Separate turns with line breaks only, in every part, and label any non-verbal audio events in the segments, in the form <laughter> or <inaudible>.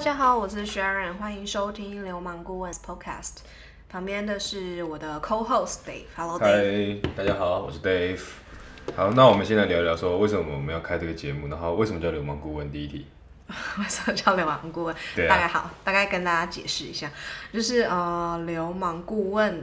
家好，我是 Sharon，欢迎收听《流氓顾问 Podcast》。旁边的是我的 co-host Dave，Hello Dave。
嗨，大家好，我是 Dave。好，那我们现在聊一聊说为什么我们要开这个节目，然后为什么叫流氓顾问第一题。
为什么叫流氓顾问？
对啊
大概好，大概跟大家解释一下，就是呃，流氓顾问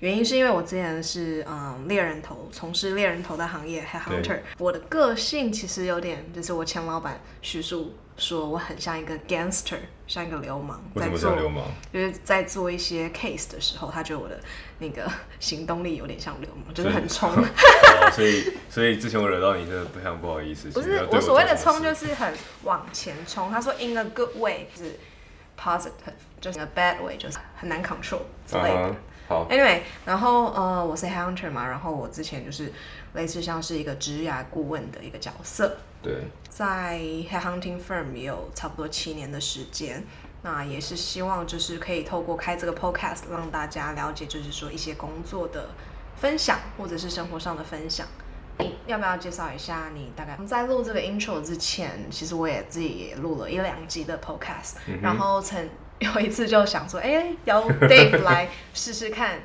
原因是因为我之前是嗯、呃猎人头，从事猎人头的行业 headhunter。我的个性其实有点，就是我前老板徐树说我很像一个 gangster，像一个流氓，
为
在
什么
做
叫流氓？
就是在做一些 case 的时候，他觉得我的那个 <laughs> 行动力有点像流氓，就是很冲。
哦所以， <laughs> 所以之前我惹到你，真的非常不好意思。
不
请
是
要对
我所谓的
做
冲，
这
就
种事
是很往前冲。他说 in a good way 是 positive，就是 in a bad way 就是很难 control 之类的。
嗯哼好，
Anyway，然后呃，我是 hunter 嘛，然后我之前就是类似像是一个职涯顾问的一个角色，
对，
在 head hunting firm 也有差不多七年的时间。那也是希望就是可以透过开这个 podcast 让大家了解，就是说一些工作的分享或者是生活上的分享。你要不要介绍一下你大概在录这个 intro 之前，其实我也自己也录了一两集的 podcast，、然后曾 <laughs> 有一次就想说，哎，邀 Dave 来试试看。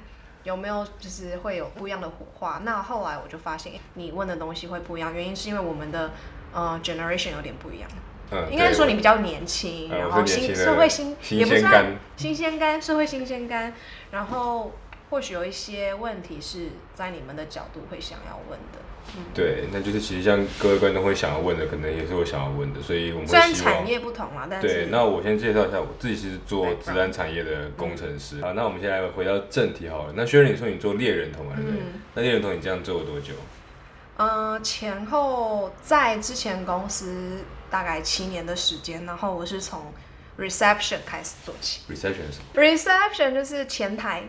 有没有就是会有不一样的火花？那后来我就发现，诶你问的东西会不一样，原因是因为我们的呃 generation 有点不一样。
嗯，
应该是说
对
你比较年轻，
呃
然
我
后
是年
新
轻的
社会新
新
也不
鲜
算
干
新鲜感，社会新鲜感，然后或许有一些问题是在你们的角度会想要问的，
对，那就是其实像各位观众会想要问的，可能也是我想要问的，所以我们
虽
会
然
希望
产。业不同啦，但
对
是，
那我先介绍一下我自己是做治安产业的工程师。好，那我们现在回到正题好了。那薛仁，你说你做猎人头嘛，对不对？
嗯
那猎人头你这样做了多久？
呃前后在之前公司大概七年的时间，然后我是从 reception 开始做起
reception 是什么
，reception 就是前台，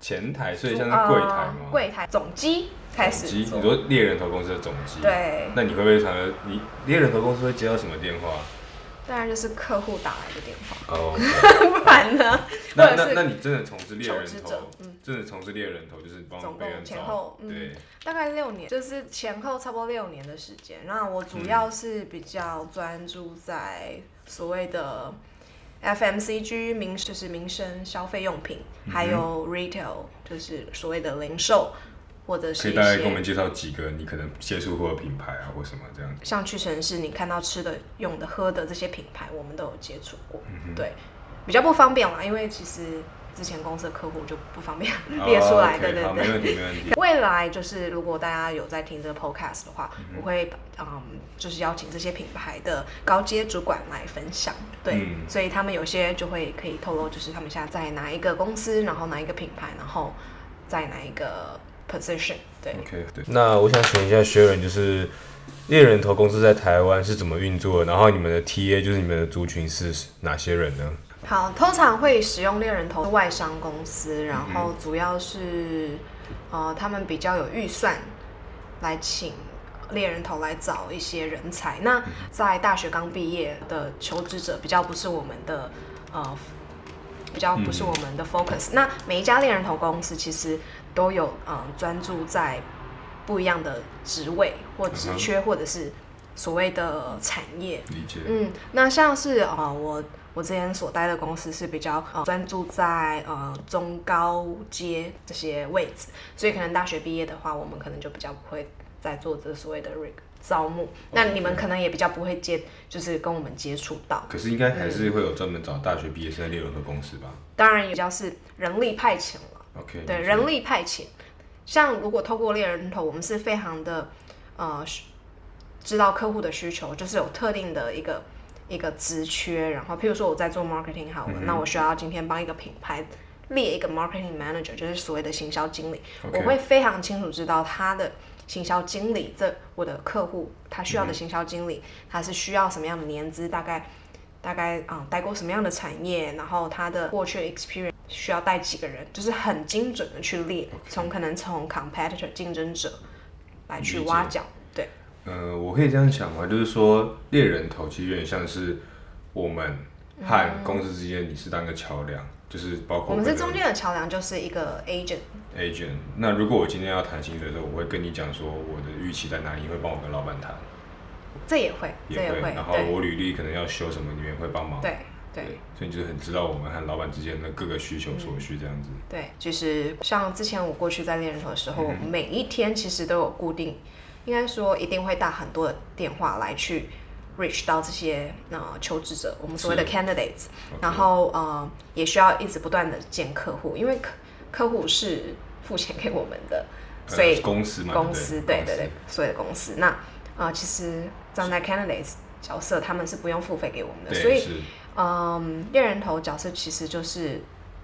前台，所以像是柜台吗
呃？柜台总机开
总
始
机，
做
你说猎人头公司的总机，，
对，
那你会不会常常你猎人头公司会接到什么电话？
<laughs> 当然就是客户打来的电话， <laughs>
哦，
不然呢？或
那
者
那
是
那你真的从事猎人
求职
头
者，嗯
真的从事猎人头就是帮
总
别人
共前
找
后嗯
对，
大概六年，就是前后差不多六年的时间。那我主要是比较专注在所谓的 FMCG 民，就是民生消费用品，
嗯
还有 retail，就是所谓的零售，或者
可
是
以
一
大概给我们
些
介绍几个你可能接触过的品牌啊，或什么这样子。
像屈臣氏，你看到吃的、用的、喝的这些品牌，我们都有接触过。
嗯
对，比较不方便啦，因为其实之前公司的客户就不方便 <laughs> 列出来。
哦
对
，OK，好，
对对。
没问题，没问题。
<laughs> 未来就是，如果大家有在听这个 podcast 的话，我会嗯，就是邀请这些品牌的高阶主管来分享，对，
嗯
所以他们有些就会可以透露，就是他们现在在哪一个公司，然后哪一个品牌，然后在哪一个 position，对，
OK，对。那我想请一下薛仁，就是猎人头公司在台湾是怎么运作的？然后你们的 TA 就是你们的族群是哪些人呢？
好，通常会使用猎人头的外商公司，然
嗯
后主要是、呃，他们比较有预算来请猎人头来找一些人才。那在大学刚毕业的求职者，比较不是我们的呃，比较不是我们
嗯
的 focus、那每一家猎人头公司其实都有嗯、呃专注在不一样的职位或职
嗯哼
缺，或者是所谓的产业。
理解。
嗯，那像是呃，我我之前所待的公司是比较呃专注在呃中高阶这些位置，所以可能大学毕业的话，我们可能就比较不会再做这所谓的 rig 招募，那你们可能也比较不会接，就是跟我们接触到。
可是应该还是会有专门找大学毕业生的猎人头公司吧
当然，也比较是人力派遣了。
？OK，
对，
理解
人力派遣。像如果透过猎人头，我们是非常的呃需知道客户的需求，就是有特定的一个一个职缺，然后譬如说我在做 marketing 好了，
嗯
那我需要今天帮一个品牌。列一个 marketing manager，就是所谓的行销经理
OK
我会非常清楚知道他的行销经理，这我的客户他需要
嗯
的行销经理，他是需要什么样的年资，大概大概啊、呃待过什么样的产业，然后他的过去的 experience 需要带几个人，就是很精准的去列，从可能从 competitor 竞争者来去
理解
挖角，对，
呃，我可以这样想吗？就是说，猎人头其实有点像是我们和公司之间，你是当个桥梁，就是包
我
括
们是
可
中
能
间的桥梁，就是一个 agent，
agent。那如果我今天要谈薪水的时候，我会跟你讲说我的预期在哪里，你会帮我跟老板谈，
这也会，这
也
会
然，后
对
我履历可能要修什么，你们也会帮忙。
对，对，
所以你就是很知道我们和老板之间的各个需求所需这样子。
对，就是像之前我过去在猎人头的时候，
嗯哼
每一天其实都有固定，应该说一定会打很多的电话来去 reach 到这些呃求职者，我们所谓的
是
candidates，
OK
然后呃也需要一直不断的见客户，因为客客户是付钱给我们
<laughs>
的，
呃
所以
公司嘛，
公司对对
对
对，所有的公司那呃其实站在 candidates 角色，他们是不用付费给我们
公
的，
司，
所以
对是
嗯，猎人头角色其实就是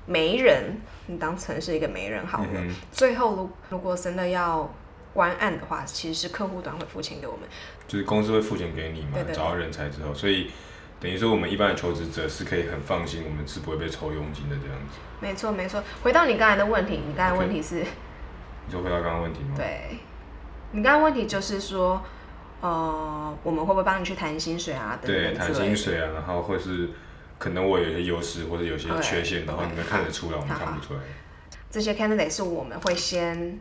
媒人，你当成是一个媒人好了。
嗯哼
最后，如如果真的要关案的话，其实是客户端会付钱给我们。
就是公司会付钱给你嘛
对，对对
找到人才之后，所以等于说我们一般的求职者是可以很放心，我们是不会被抽佣金的这样子。
没错，没错。回到你刚才的问题，你刚才的问题是
你说回到刚刚问题吗？，
对，你刚才的问题就是说，呃，我们会不会帮你去谈薪水啊？等
对，
等
谈
之类
薪
的。
水啊，然后或是可能我有一些优势或者有些
OK，
缺陷，然后你们看得出来，我们
好
看不出来。
这些 candidate 是我们会先，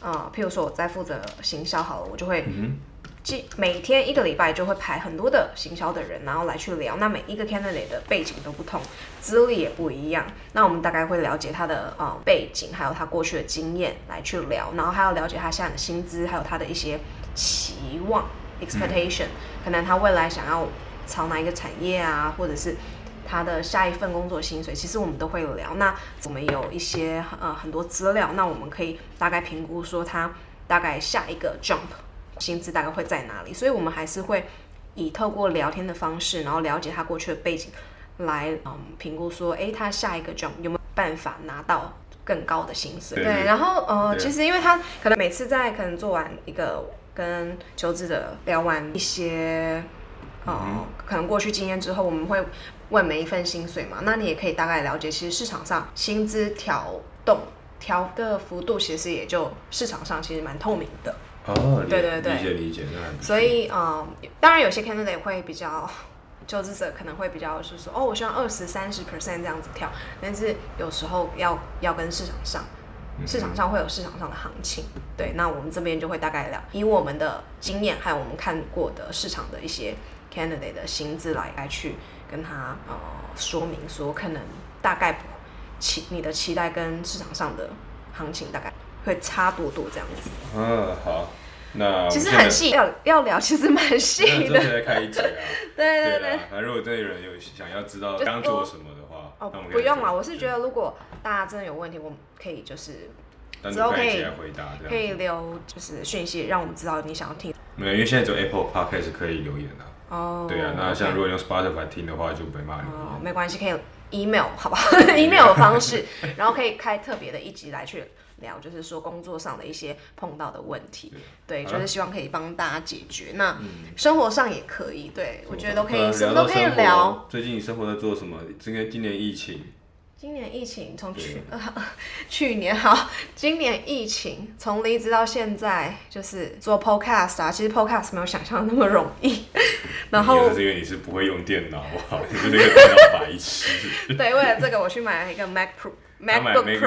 呃，譬如说我在负责行销好了，我就会
嗯
即每天一个礼拜就会排很多的行销的人，然后来去聊。那每一个 candidate 的背景都不同，资历也不一样。那我们大概会了解他的呃背景，还有他过去的经验来去聊，然后还要了解他现在的薪资，还有他的一些期望 expectation，、可能他未来想要朝哪一个产业啊，或者是。他的下一份工作薪水，其实我们都会聊。那我们有一些呃很多资料，那我们可以大概评估说他大概下一个 jump 薪资大概会在哪里，所以我们还是会以透过聊天的方式，然后了解他过去的背景，来嗯评估说，诶，他下一个 jump 有没有办法拿到更高的薪水？
对
对，然后呃，
对
其实因为他可能每次在可能做完一个跟求职者聊完一些。哦，可能过去经验之后，我们会问每一份薪水嘛，那你也可以大概了解，其实市场上薪资调动调的幅度，其实也就市场上其实蛮透明的。
哦，理
对对对
理解理解，那还不错
所以呃，当然有些 candidate 会比较，求职者可能会比较是说，哦，我希望二十三十 percent 这样子跳，但是有时候要要跟市场上，
嗯
市场上会有市场上的行情，对，那我们这边就会大概聊，以我们的经验还有我们看过的市场的一些 candidate 的薪资来来去跟他呃说明说，可能大概期你的期待跟市场上的行情大概会差多多这样子。
嗯好，那我
其
们
实
现在
很细，要要聊其实蛮细
那
的
之。后再开一集啊。
<laughs> 对
对
对
啦
对。，
那如果真的有人有想要知道
就
刚做什么的话，
哦
那我们，可以
不用了，
再
我是觉得如果大家真的有问题，我们可以就是
单
之
独
后
开一
可以
集来回答这
可以
样子。
留就是讯息，让我们知道你想要听。
没有，因为现在只有 Apple Podcast 可以留言啊。
哦，
对啊，那像
OK
如果用 Spotify 听的话，就没办法留
哦
言。，
没关系，可以 email 好不好 <laughs> ？email 的方
<laughs>
式，然后可以开特别的一集来去聊，就是说工作上的一些碰到的问题。对，
好啊嗯
就
了
是希望可以帮大家解决。那生活上也可以，对我觉得都可
对啊
以，什么都可以
聊到生
聊。
活。最近你生活在做什么？今年今年疫情，
今年疫情从
对
去、呃、 <laughs> 去年好，今年疫情从离职到现在，就是做 podcast 啊，其实 podcast 没有想象那么容
<laughs>
易。然
你
后
也是因为你是不会用电脑，哇，你是一个电脑白痴。
对，为了这个我去买了一个 Mac Pro
<laughs> 他买
<laughs> MacBook
那个我跟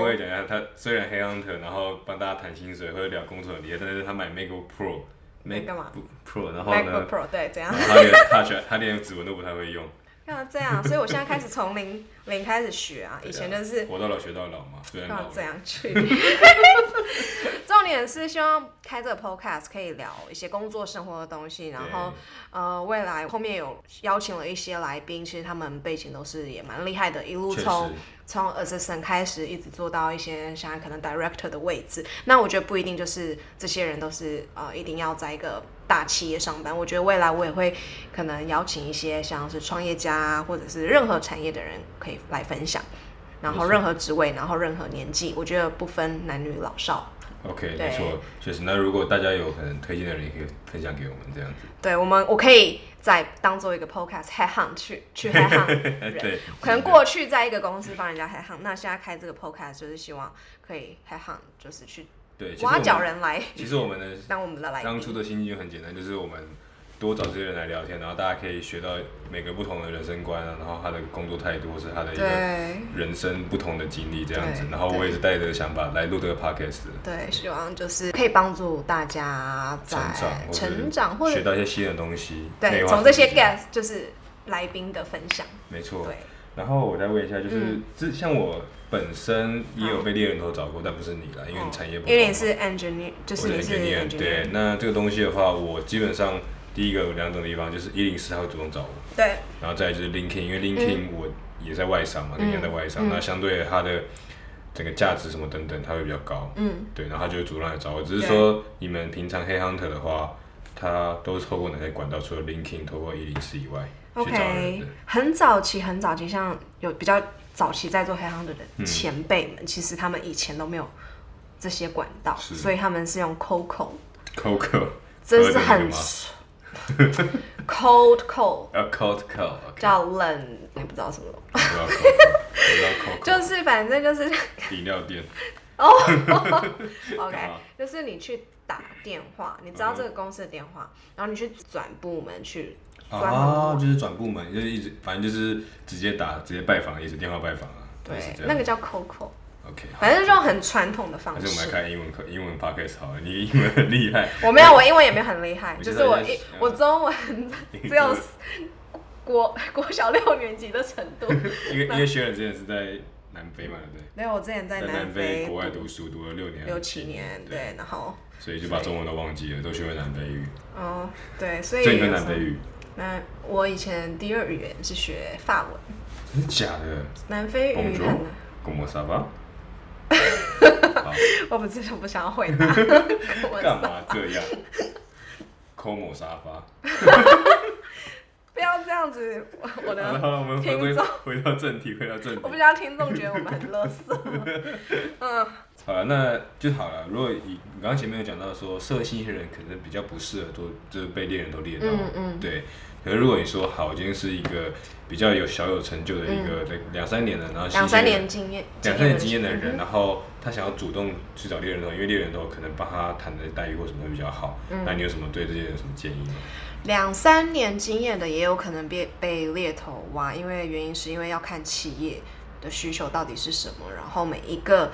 各位
Pro，
讲一下，他虽然 Head Hunter，然后帮大家谈薪水或者聊工作很厉害，但是他买 MacBook Pro，
那干嘛
Pro，然后呢
MacBook，Pro 对，怎样
然？后他连 Touch，他连指纹都不太会用。
要这样，所以我现在开始从零零开始学啊， <laughs> 以前就是
活到老学到老嘛，虽然老
要
了
这，样去。 <laughs> 重点是希望开这个 podcast 可以聊一些工作生活的东西，然后呃，未来后面有邀请了一些来宾，其实他们背景都是也蛮厉害的，一路
确实
从从 assistant 开始，一直做到一些现在可能 director 的位置。那我觉得不一定就是这些人都是呃一定要在一个大企业上班。我觉得未来我也会可能邀请一些像是创业家啊，或者是任何产业的人可以来分享。然后
没错
任何职位，然后任何年纪，我觉得不分男女老少，
OK，
对
没错，确实。那如果大家有可能推荐的人，也可以分享给我们这样子。
对我们，我可以再当做一个 podcast head hunt 去去 head
<laughs>
hunt 人。
<laughs> 对，
可能过去在一个公司帮人家 head hunt，那现在开这个 podcast 就是希望可以 head hunt，就是去
对，其实我
挖
们
角。人来
其实我们的
当我们的来
当初
宾。
的心境很简单，就是我们多找这些人来聊天，然后大家可以学到每个不同的人生观啊，然后他的工作态度或是他的一个
对
人生不同的经历这样子
对。
然后我也是带着想法来录这个 podcast，
对，希望就是可以帮助大家在
成长
成长，或
或是
者
学到一些新的东西，
对
内化
从这
自己
些 guest 就是来宾的分享。
没错。
对，
然后我再问一下，就是
嗯
这、像我本身也有被猎人头找过，但不是你啦，因为你产业
嗯
不
因
同嘛
为你是 engineer，就是
我
你
的
是
engineer，对，那这个东西的话，我基本上第一个有两种地方，就是一零四他会主动找我，
对
然后再来就是 LinkedIn，因为 LinkedIn 我也在外商嘛，
嗯
LinkedIn 在外商，
嗯
那相对它的整个价值什么等等，它会比较高，
嗯，
对，然后他就会主动来找我。只是说你们平常黑 hunter 的话，他都是透过哪些管道？除了 LinkedIn，透过一零四以外去找人
OK，
的。
很早期很早期，像有比较早期在做黑行的
嗯
人前辈们，其实他们以前都没有这些管道，
是
所以他们是用 Coco，
Coco，
真
喝
是
的那个
很
吗
<laughs> cold call，
啊 Cold Call，OK，
叫冷，也不知道什么，
我知道 Coco，我知道
就
Coco，
是反正就是 <laughs>
饮料店，干
OK，
嘛
就是你去打电话，你知道这个公司的电话，然后你去转部门去专门
哦，
问。
就是转部门，就是一直，反正就是直接打，直接拜访，一直电话拜访啊，类似
对，
这
那
样。
个叫 Coco，
OK，好
反正就很传统的方
还是我们来
式。
看英文课，英文 podcast 好了，你英文很厉
<laughs>
害，
我没有，我英文也没有很厉害，
我
就
觉
是
得
我
也
一
是嗯
我中文只有国国小六年级的程度。 <laughs>
因为因为学人之前是在南非嘛，对不对？
没有，我之前在
在
南
南非
非
国外读书，读了六年，
六七年，，对，然后
所以就把中文都忘记了，都学会南非语，
哦，对，所以
所以你会
有时
南
候
非语，
那我以前第二语言是学法文，
真的假的？
南非语很
Bonjour
难，
跟我撒吧？好
<laughs> 我不知道不想要回答。我
<laughs> 干嘛这样？抠某沙发。
不要这样子，我我
好了
的，
<laughs> 好了，我们回
听
归
众
回到正题，回到正题
我。不知道听众觉得我们很乐
<laughs>
色。嗯，
好了，那就好了。如果以你刚刚前面有讲到说，社会新鲜人可能比较不适合做，就是被猎人都猎到，
嗯嗯
对。可是如果你说好，我今天是一个比较有小有成就的一个两两三年的，然后
嗯
新
两
鲜
三
人
年经验，
两三年经验的人，啊
嗯
然后他想要主动去找猎人头，因为猎人头可能帮他谈的待遇或什么会比较好。
嗯
那你有什么对这些人有什么建议吗？
两三年经验的也有可能被被猎头挖，因为原因是因为要看企业的需求到底是什么，然后每一个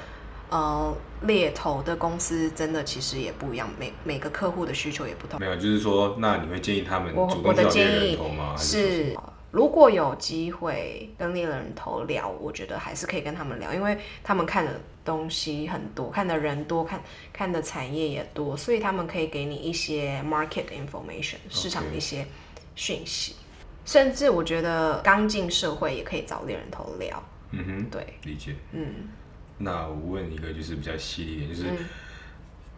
呃猎头的公司真的其实也不一样，每每个客户的需求也不同。
没有，就是说，那你会建议他们
我
主
我
动去
的
找猎
建
人
议
头吗？还说
是，如果有机会跟猎人头聊，我觉得还是可以跟他们聊，因为他们看的东西很多，看的人多，看看的产业也多，所以他们可以给你一些 market information 市场的一些讯息。甚至我觉得刚进社会也可以找猎人头聊，
嗯哼，
对，
理解。
嗯，
那我问一个就是比较犀利一点，就是、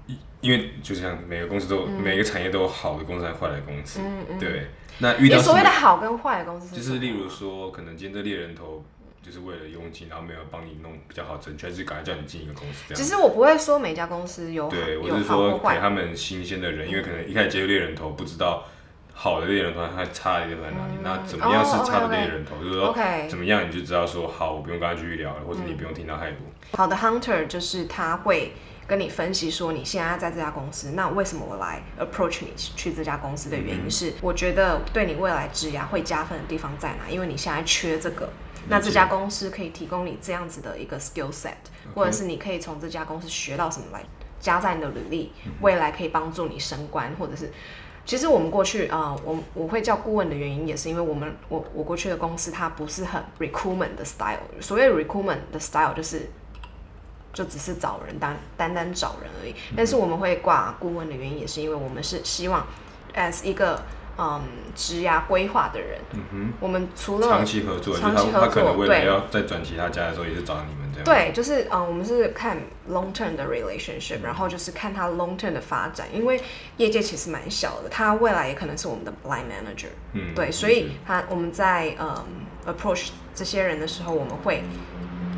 因因为就像每个公司都
嗯
有、每个产业都有好的公司和坏的公司，对。那遇
你
到
所谓
什
的
么
好跟坏的公司
就是
什
是
么
例如说，可能今天这猎人头就是为了佣金，然后没有帮你弄比较好的证券，就是赶快叫你进一个公司这
其
样。
实我不会说每家公司有好
对，我
有
是
好
说
或
给
坏，
他们新鲜的人，因为可能一开始接触猎人头不知道。好的猎人头和差的猎人头在哪里？那怎么样是差的猎人头？就是
嗯
说
哦 OK 嗯
怎么样你就知道说好，我不用跟他继续聊了，或者你不用听他太多。
好的 hunter 就是他会跟你分析说你现在在这家公司，那为什么我来 approach 你去这家公司的原因是，我觉得对你未来职涯会加分的地方在哪？因为你现在缺这个，那这家公司可以提供你这样子的一个 skill set，或者是你可以从这家公司学到什么来加在你的履历，未来可以帮助你升官，或者是。其实我们过去啊、呃我我会叫顾问的原因，也是因为我们我我过去的公司它不是很 recruitment 的 style。所谓 recruitment 的 style 就是就只是找人单单单找人而已。
嗯
但是我们会挂顾问的原因，也是因为我们是希望 as 一个嗯职涯规划的人，
嗯哼。
我们除了
长期合作，就是
长期合
他他可能
作
为了
对
要再转其他家的时候，也是找你们这样。
对，就是嗯、呃我们是看 long term 的
嗯
relationship，然后就是看他 long term 的发展，因为业界其实蛮小的，他未来也可能是我们的 line manager，、
嗯
对，所以他我们在嗯、approach 这些人的时候，我们会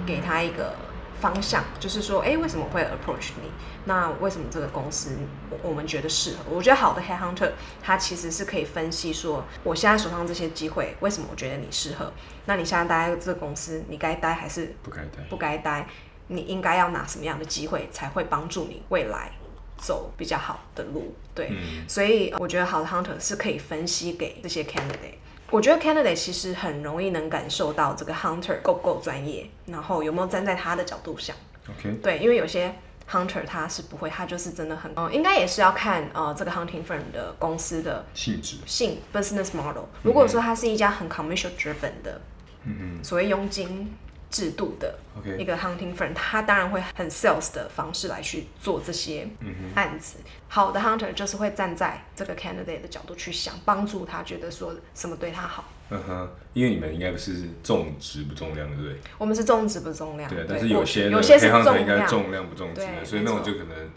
给他一个方向，就是说，哎，为什么会 approach 你？那为什么这个公司我我们觉得适合？我觉得好的 headhunter 他其实是可以分析说，我现在手上这些机会，为什么我觉得你适合？那你现在待在这个公司，你该待还是
不该待。
不该待，你应该要拿什么样的机会才会帮助你未来走比较好的路？对，
嗯
所以呃我觉得好的 hunter 是可以分析给这些 candidate。我觉得 candidate 其实很容易能感受到这个 hunter 够不够专业，然后有没有站在他的角度想。
，OK，
对，因为有些 hunter 他是不会，他就是真的很，呃，应该也是要看呃这个 hunting firm 的公司的
性质，
性 business model。如果说它是一家很 commercial driven 的，
嗯
所谓佣金制度的
嗯
一
，OK，
个 hunting firm，它当然会很 sales 的方式来去做这些
嗯哼，
案子。好的 hunter 就是会站在这个 candidate 的角度去想，帮助他觉得说什么对他好。
嗯哼，因为你们应该不是重质不重量，对不对？
我们是重质不重量，
对，啊但是有些
啊有
呢，
些是
黑行
重
应该
量。
重量不重质
对
的，所以那种
没错
就可能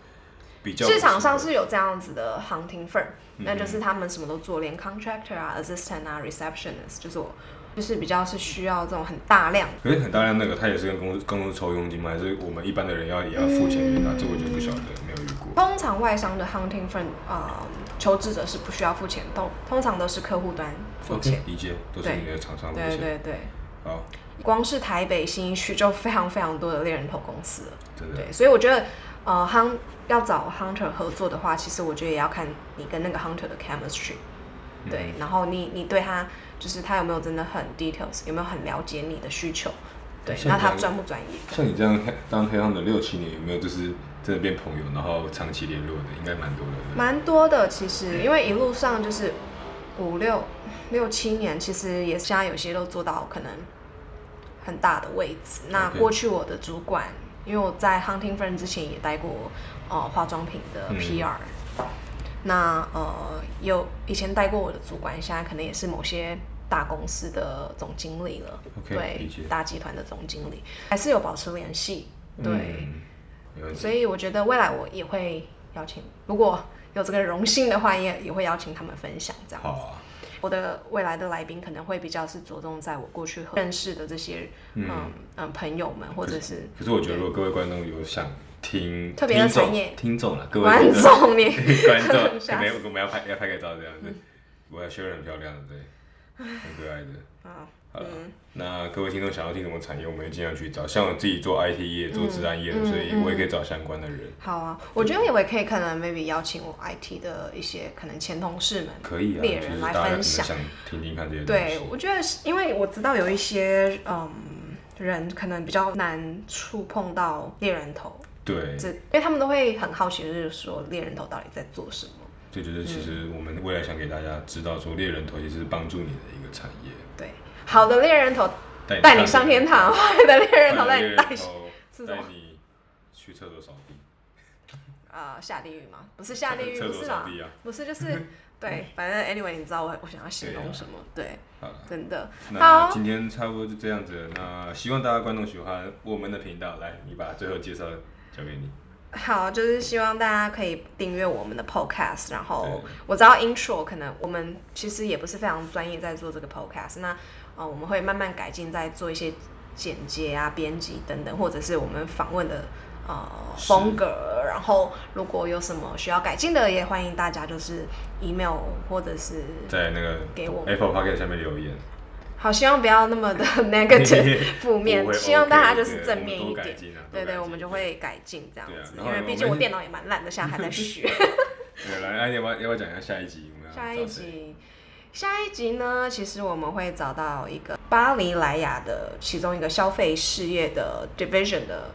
比较
市场
不
上
适合
是有这样子的 hunting firm，、
嗯
那就是他们什么都做，连 contractor 啊、assistant 啊、receptionist，就是我，就是比较是需要这种很大量。
可是很大量那个，他也是跟公司公司抽佣金吗？还是我们一般的人要也要付钱给他？这我就不晓得，没有遇过。
通常外商的 hunting firm 啊、求职者是不需要付钱，通通常都是客户端付
OK，
钱。
理解，都是你的厂商付
对
钱。
对对，
好，
光是台北新一区就非常非常多的猎人头公司了。
真的
对，所以我觉得，呃，hunt 要找 hunter 合作的话，其实我觉得也要看你跟那个 hunter 的 chemistry，对，然后你你对他就是他有没有真的很 details，有没有很了解你的需求，对，
像
那
这
他
样
专不专业？
像你这样当黑行的六七年，有没有就是真的变朋友，然后长期联络的，应该蛮多的。对不对
蛮多的，其实因为一路上就是五六六七年，其实也现在有些都做到可能很大的位置。那
OK
过去我的主管，因为我在 Hunting Friend 之前也待过呃化妆品的
嗯
PR，、那呃有以前带过我的主管，现在可能也是某些。大公司的总经理了
OK，理解
对，大集团的总经理还是有保持联系，对，
嗯，没问题
所以我觉得未来我也会邀请，如果有这个荣幸的话，也也会邀请他们分享这样。
好啊，
我的未来的来宾可能会比较是着重在我过去认识的这些嗯嗯朋友们，或者是
可是我觉得，如果各位观众有想听
特别的
听众
产业
听众了，各位
观众嗯你
<laughs> 观
<laughs>
众，
吓
可
死
能我们要拍要拍个照这样子，我要确认很漂亮的，对，很
<laughs>
可爱的。
啊，
好了，那各位听众想要听什么产业，我们会尽量去找。像我自己做 IT 业、做治安业
嗯
的，所以我也可以找相关的人。
好啊，我觉得我也可以可能 maybe 邀请我 IT 的一些可能前同事们。
可以啊，
猎
就
人
是
来
大家可能
分享
想听听看这些东
对
西。，
我觉得是因为我知道有一些嗯人可能比较难触碰到猎人头，
对，
这因为他们都会很好奇，就是说猎人头到底在做什么。
这就是其实
嗯
我们未来想给大家知道说，猎人头其实是帮助你的一个产业，
对，好的猎人头
带
带你上天，堂，坏的猎人头
带
带
你
你
猎
带
人头
是什
带
么
你去厕所扫地，
啊、下地狱吗？不是下地狱，
厕
不
所
是
扫
啦，
地啊。
不是就是对，反正 anyway 你知道我我想要形容什么？对，啊
好了，
真的
那
好
今天差不多就这样子了。那希望大家观众喜欢我们的频道，来，你把最后介绍交给你。
好，就是希望大家可以订阅我们的 podcast。然后
对
我知道 intro 可能我们其实也不是非常专业在做这个 podcast，那呃我们会慢慢改进，在做一些剪接啊、编辑等等，或者是我们访问的呃
是
风格。然后如果有什么需要改进的，也欢迎大家就是 email 或者是
在那个
给我们
Apple Podcast 下面留言，
好，希望不要那么的 <laughs> negative
<laughs>
<laughs> 负面
不，会
希望大家
OK，
就是
对
正面
我们
一
多改
点
进啊。多
对
改
对，
进
我们就会改进这样
对啊
子，
然
因
后
为
我
毕竟
们
我电脑也蛮烂的，现在还在学。
<laughs> 对，来，哎要不要要不要讲一下下一集？我们要
下一
找谁，
集，下一集呢，其实我们会找到一个巴黎莱雅的其中一个消费事业的 division 的。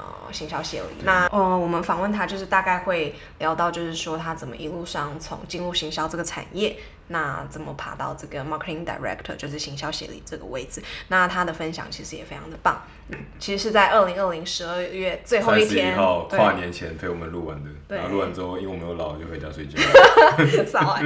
呃，行销协理，那呃，我们访问他就是大概会聊到，就是说他怎么一路上从进入行销这个产业，那怎么爬到这个 marketing director，就是行销协理这个位置。那他的分享其实也非常的棒，嗯其实是在二零二零十二月最后一
三十一
天，
号
对
跨年前陪我们录完的，
对
然后录完之后，因为我们又老了，就回家睡觉。
<laughs> 少哎、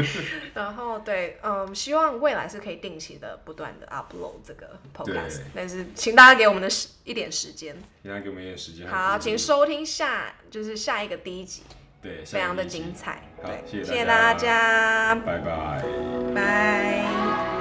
然后对，嗯，希望未来是可以定期的不断的 upload 这个 podcast，
对
但是请大家给我们的时一点时间。
现在给我们一点时间。
好，请
收。
收听下就是下一个第一集，
对，下
非
一
常的
集
精。彩。
好
对，
谢谢
谢
大
大家，
家拜拜。
拜。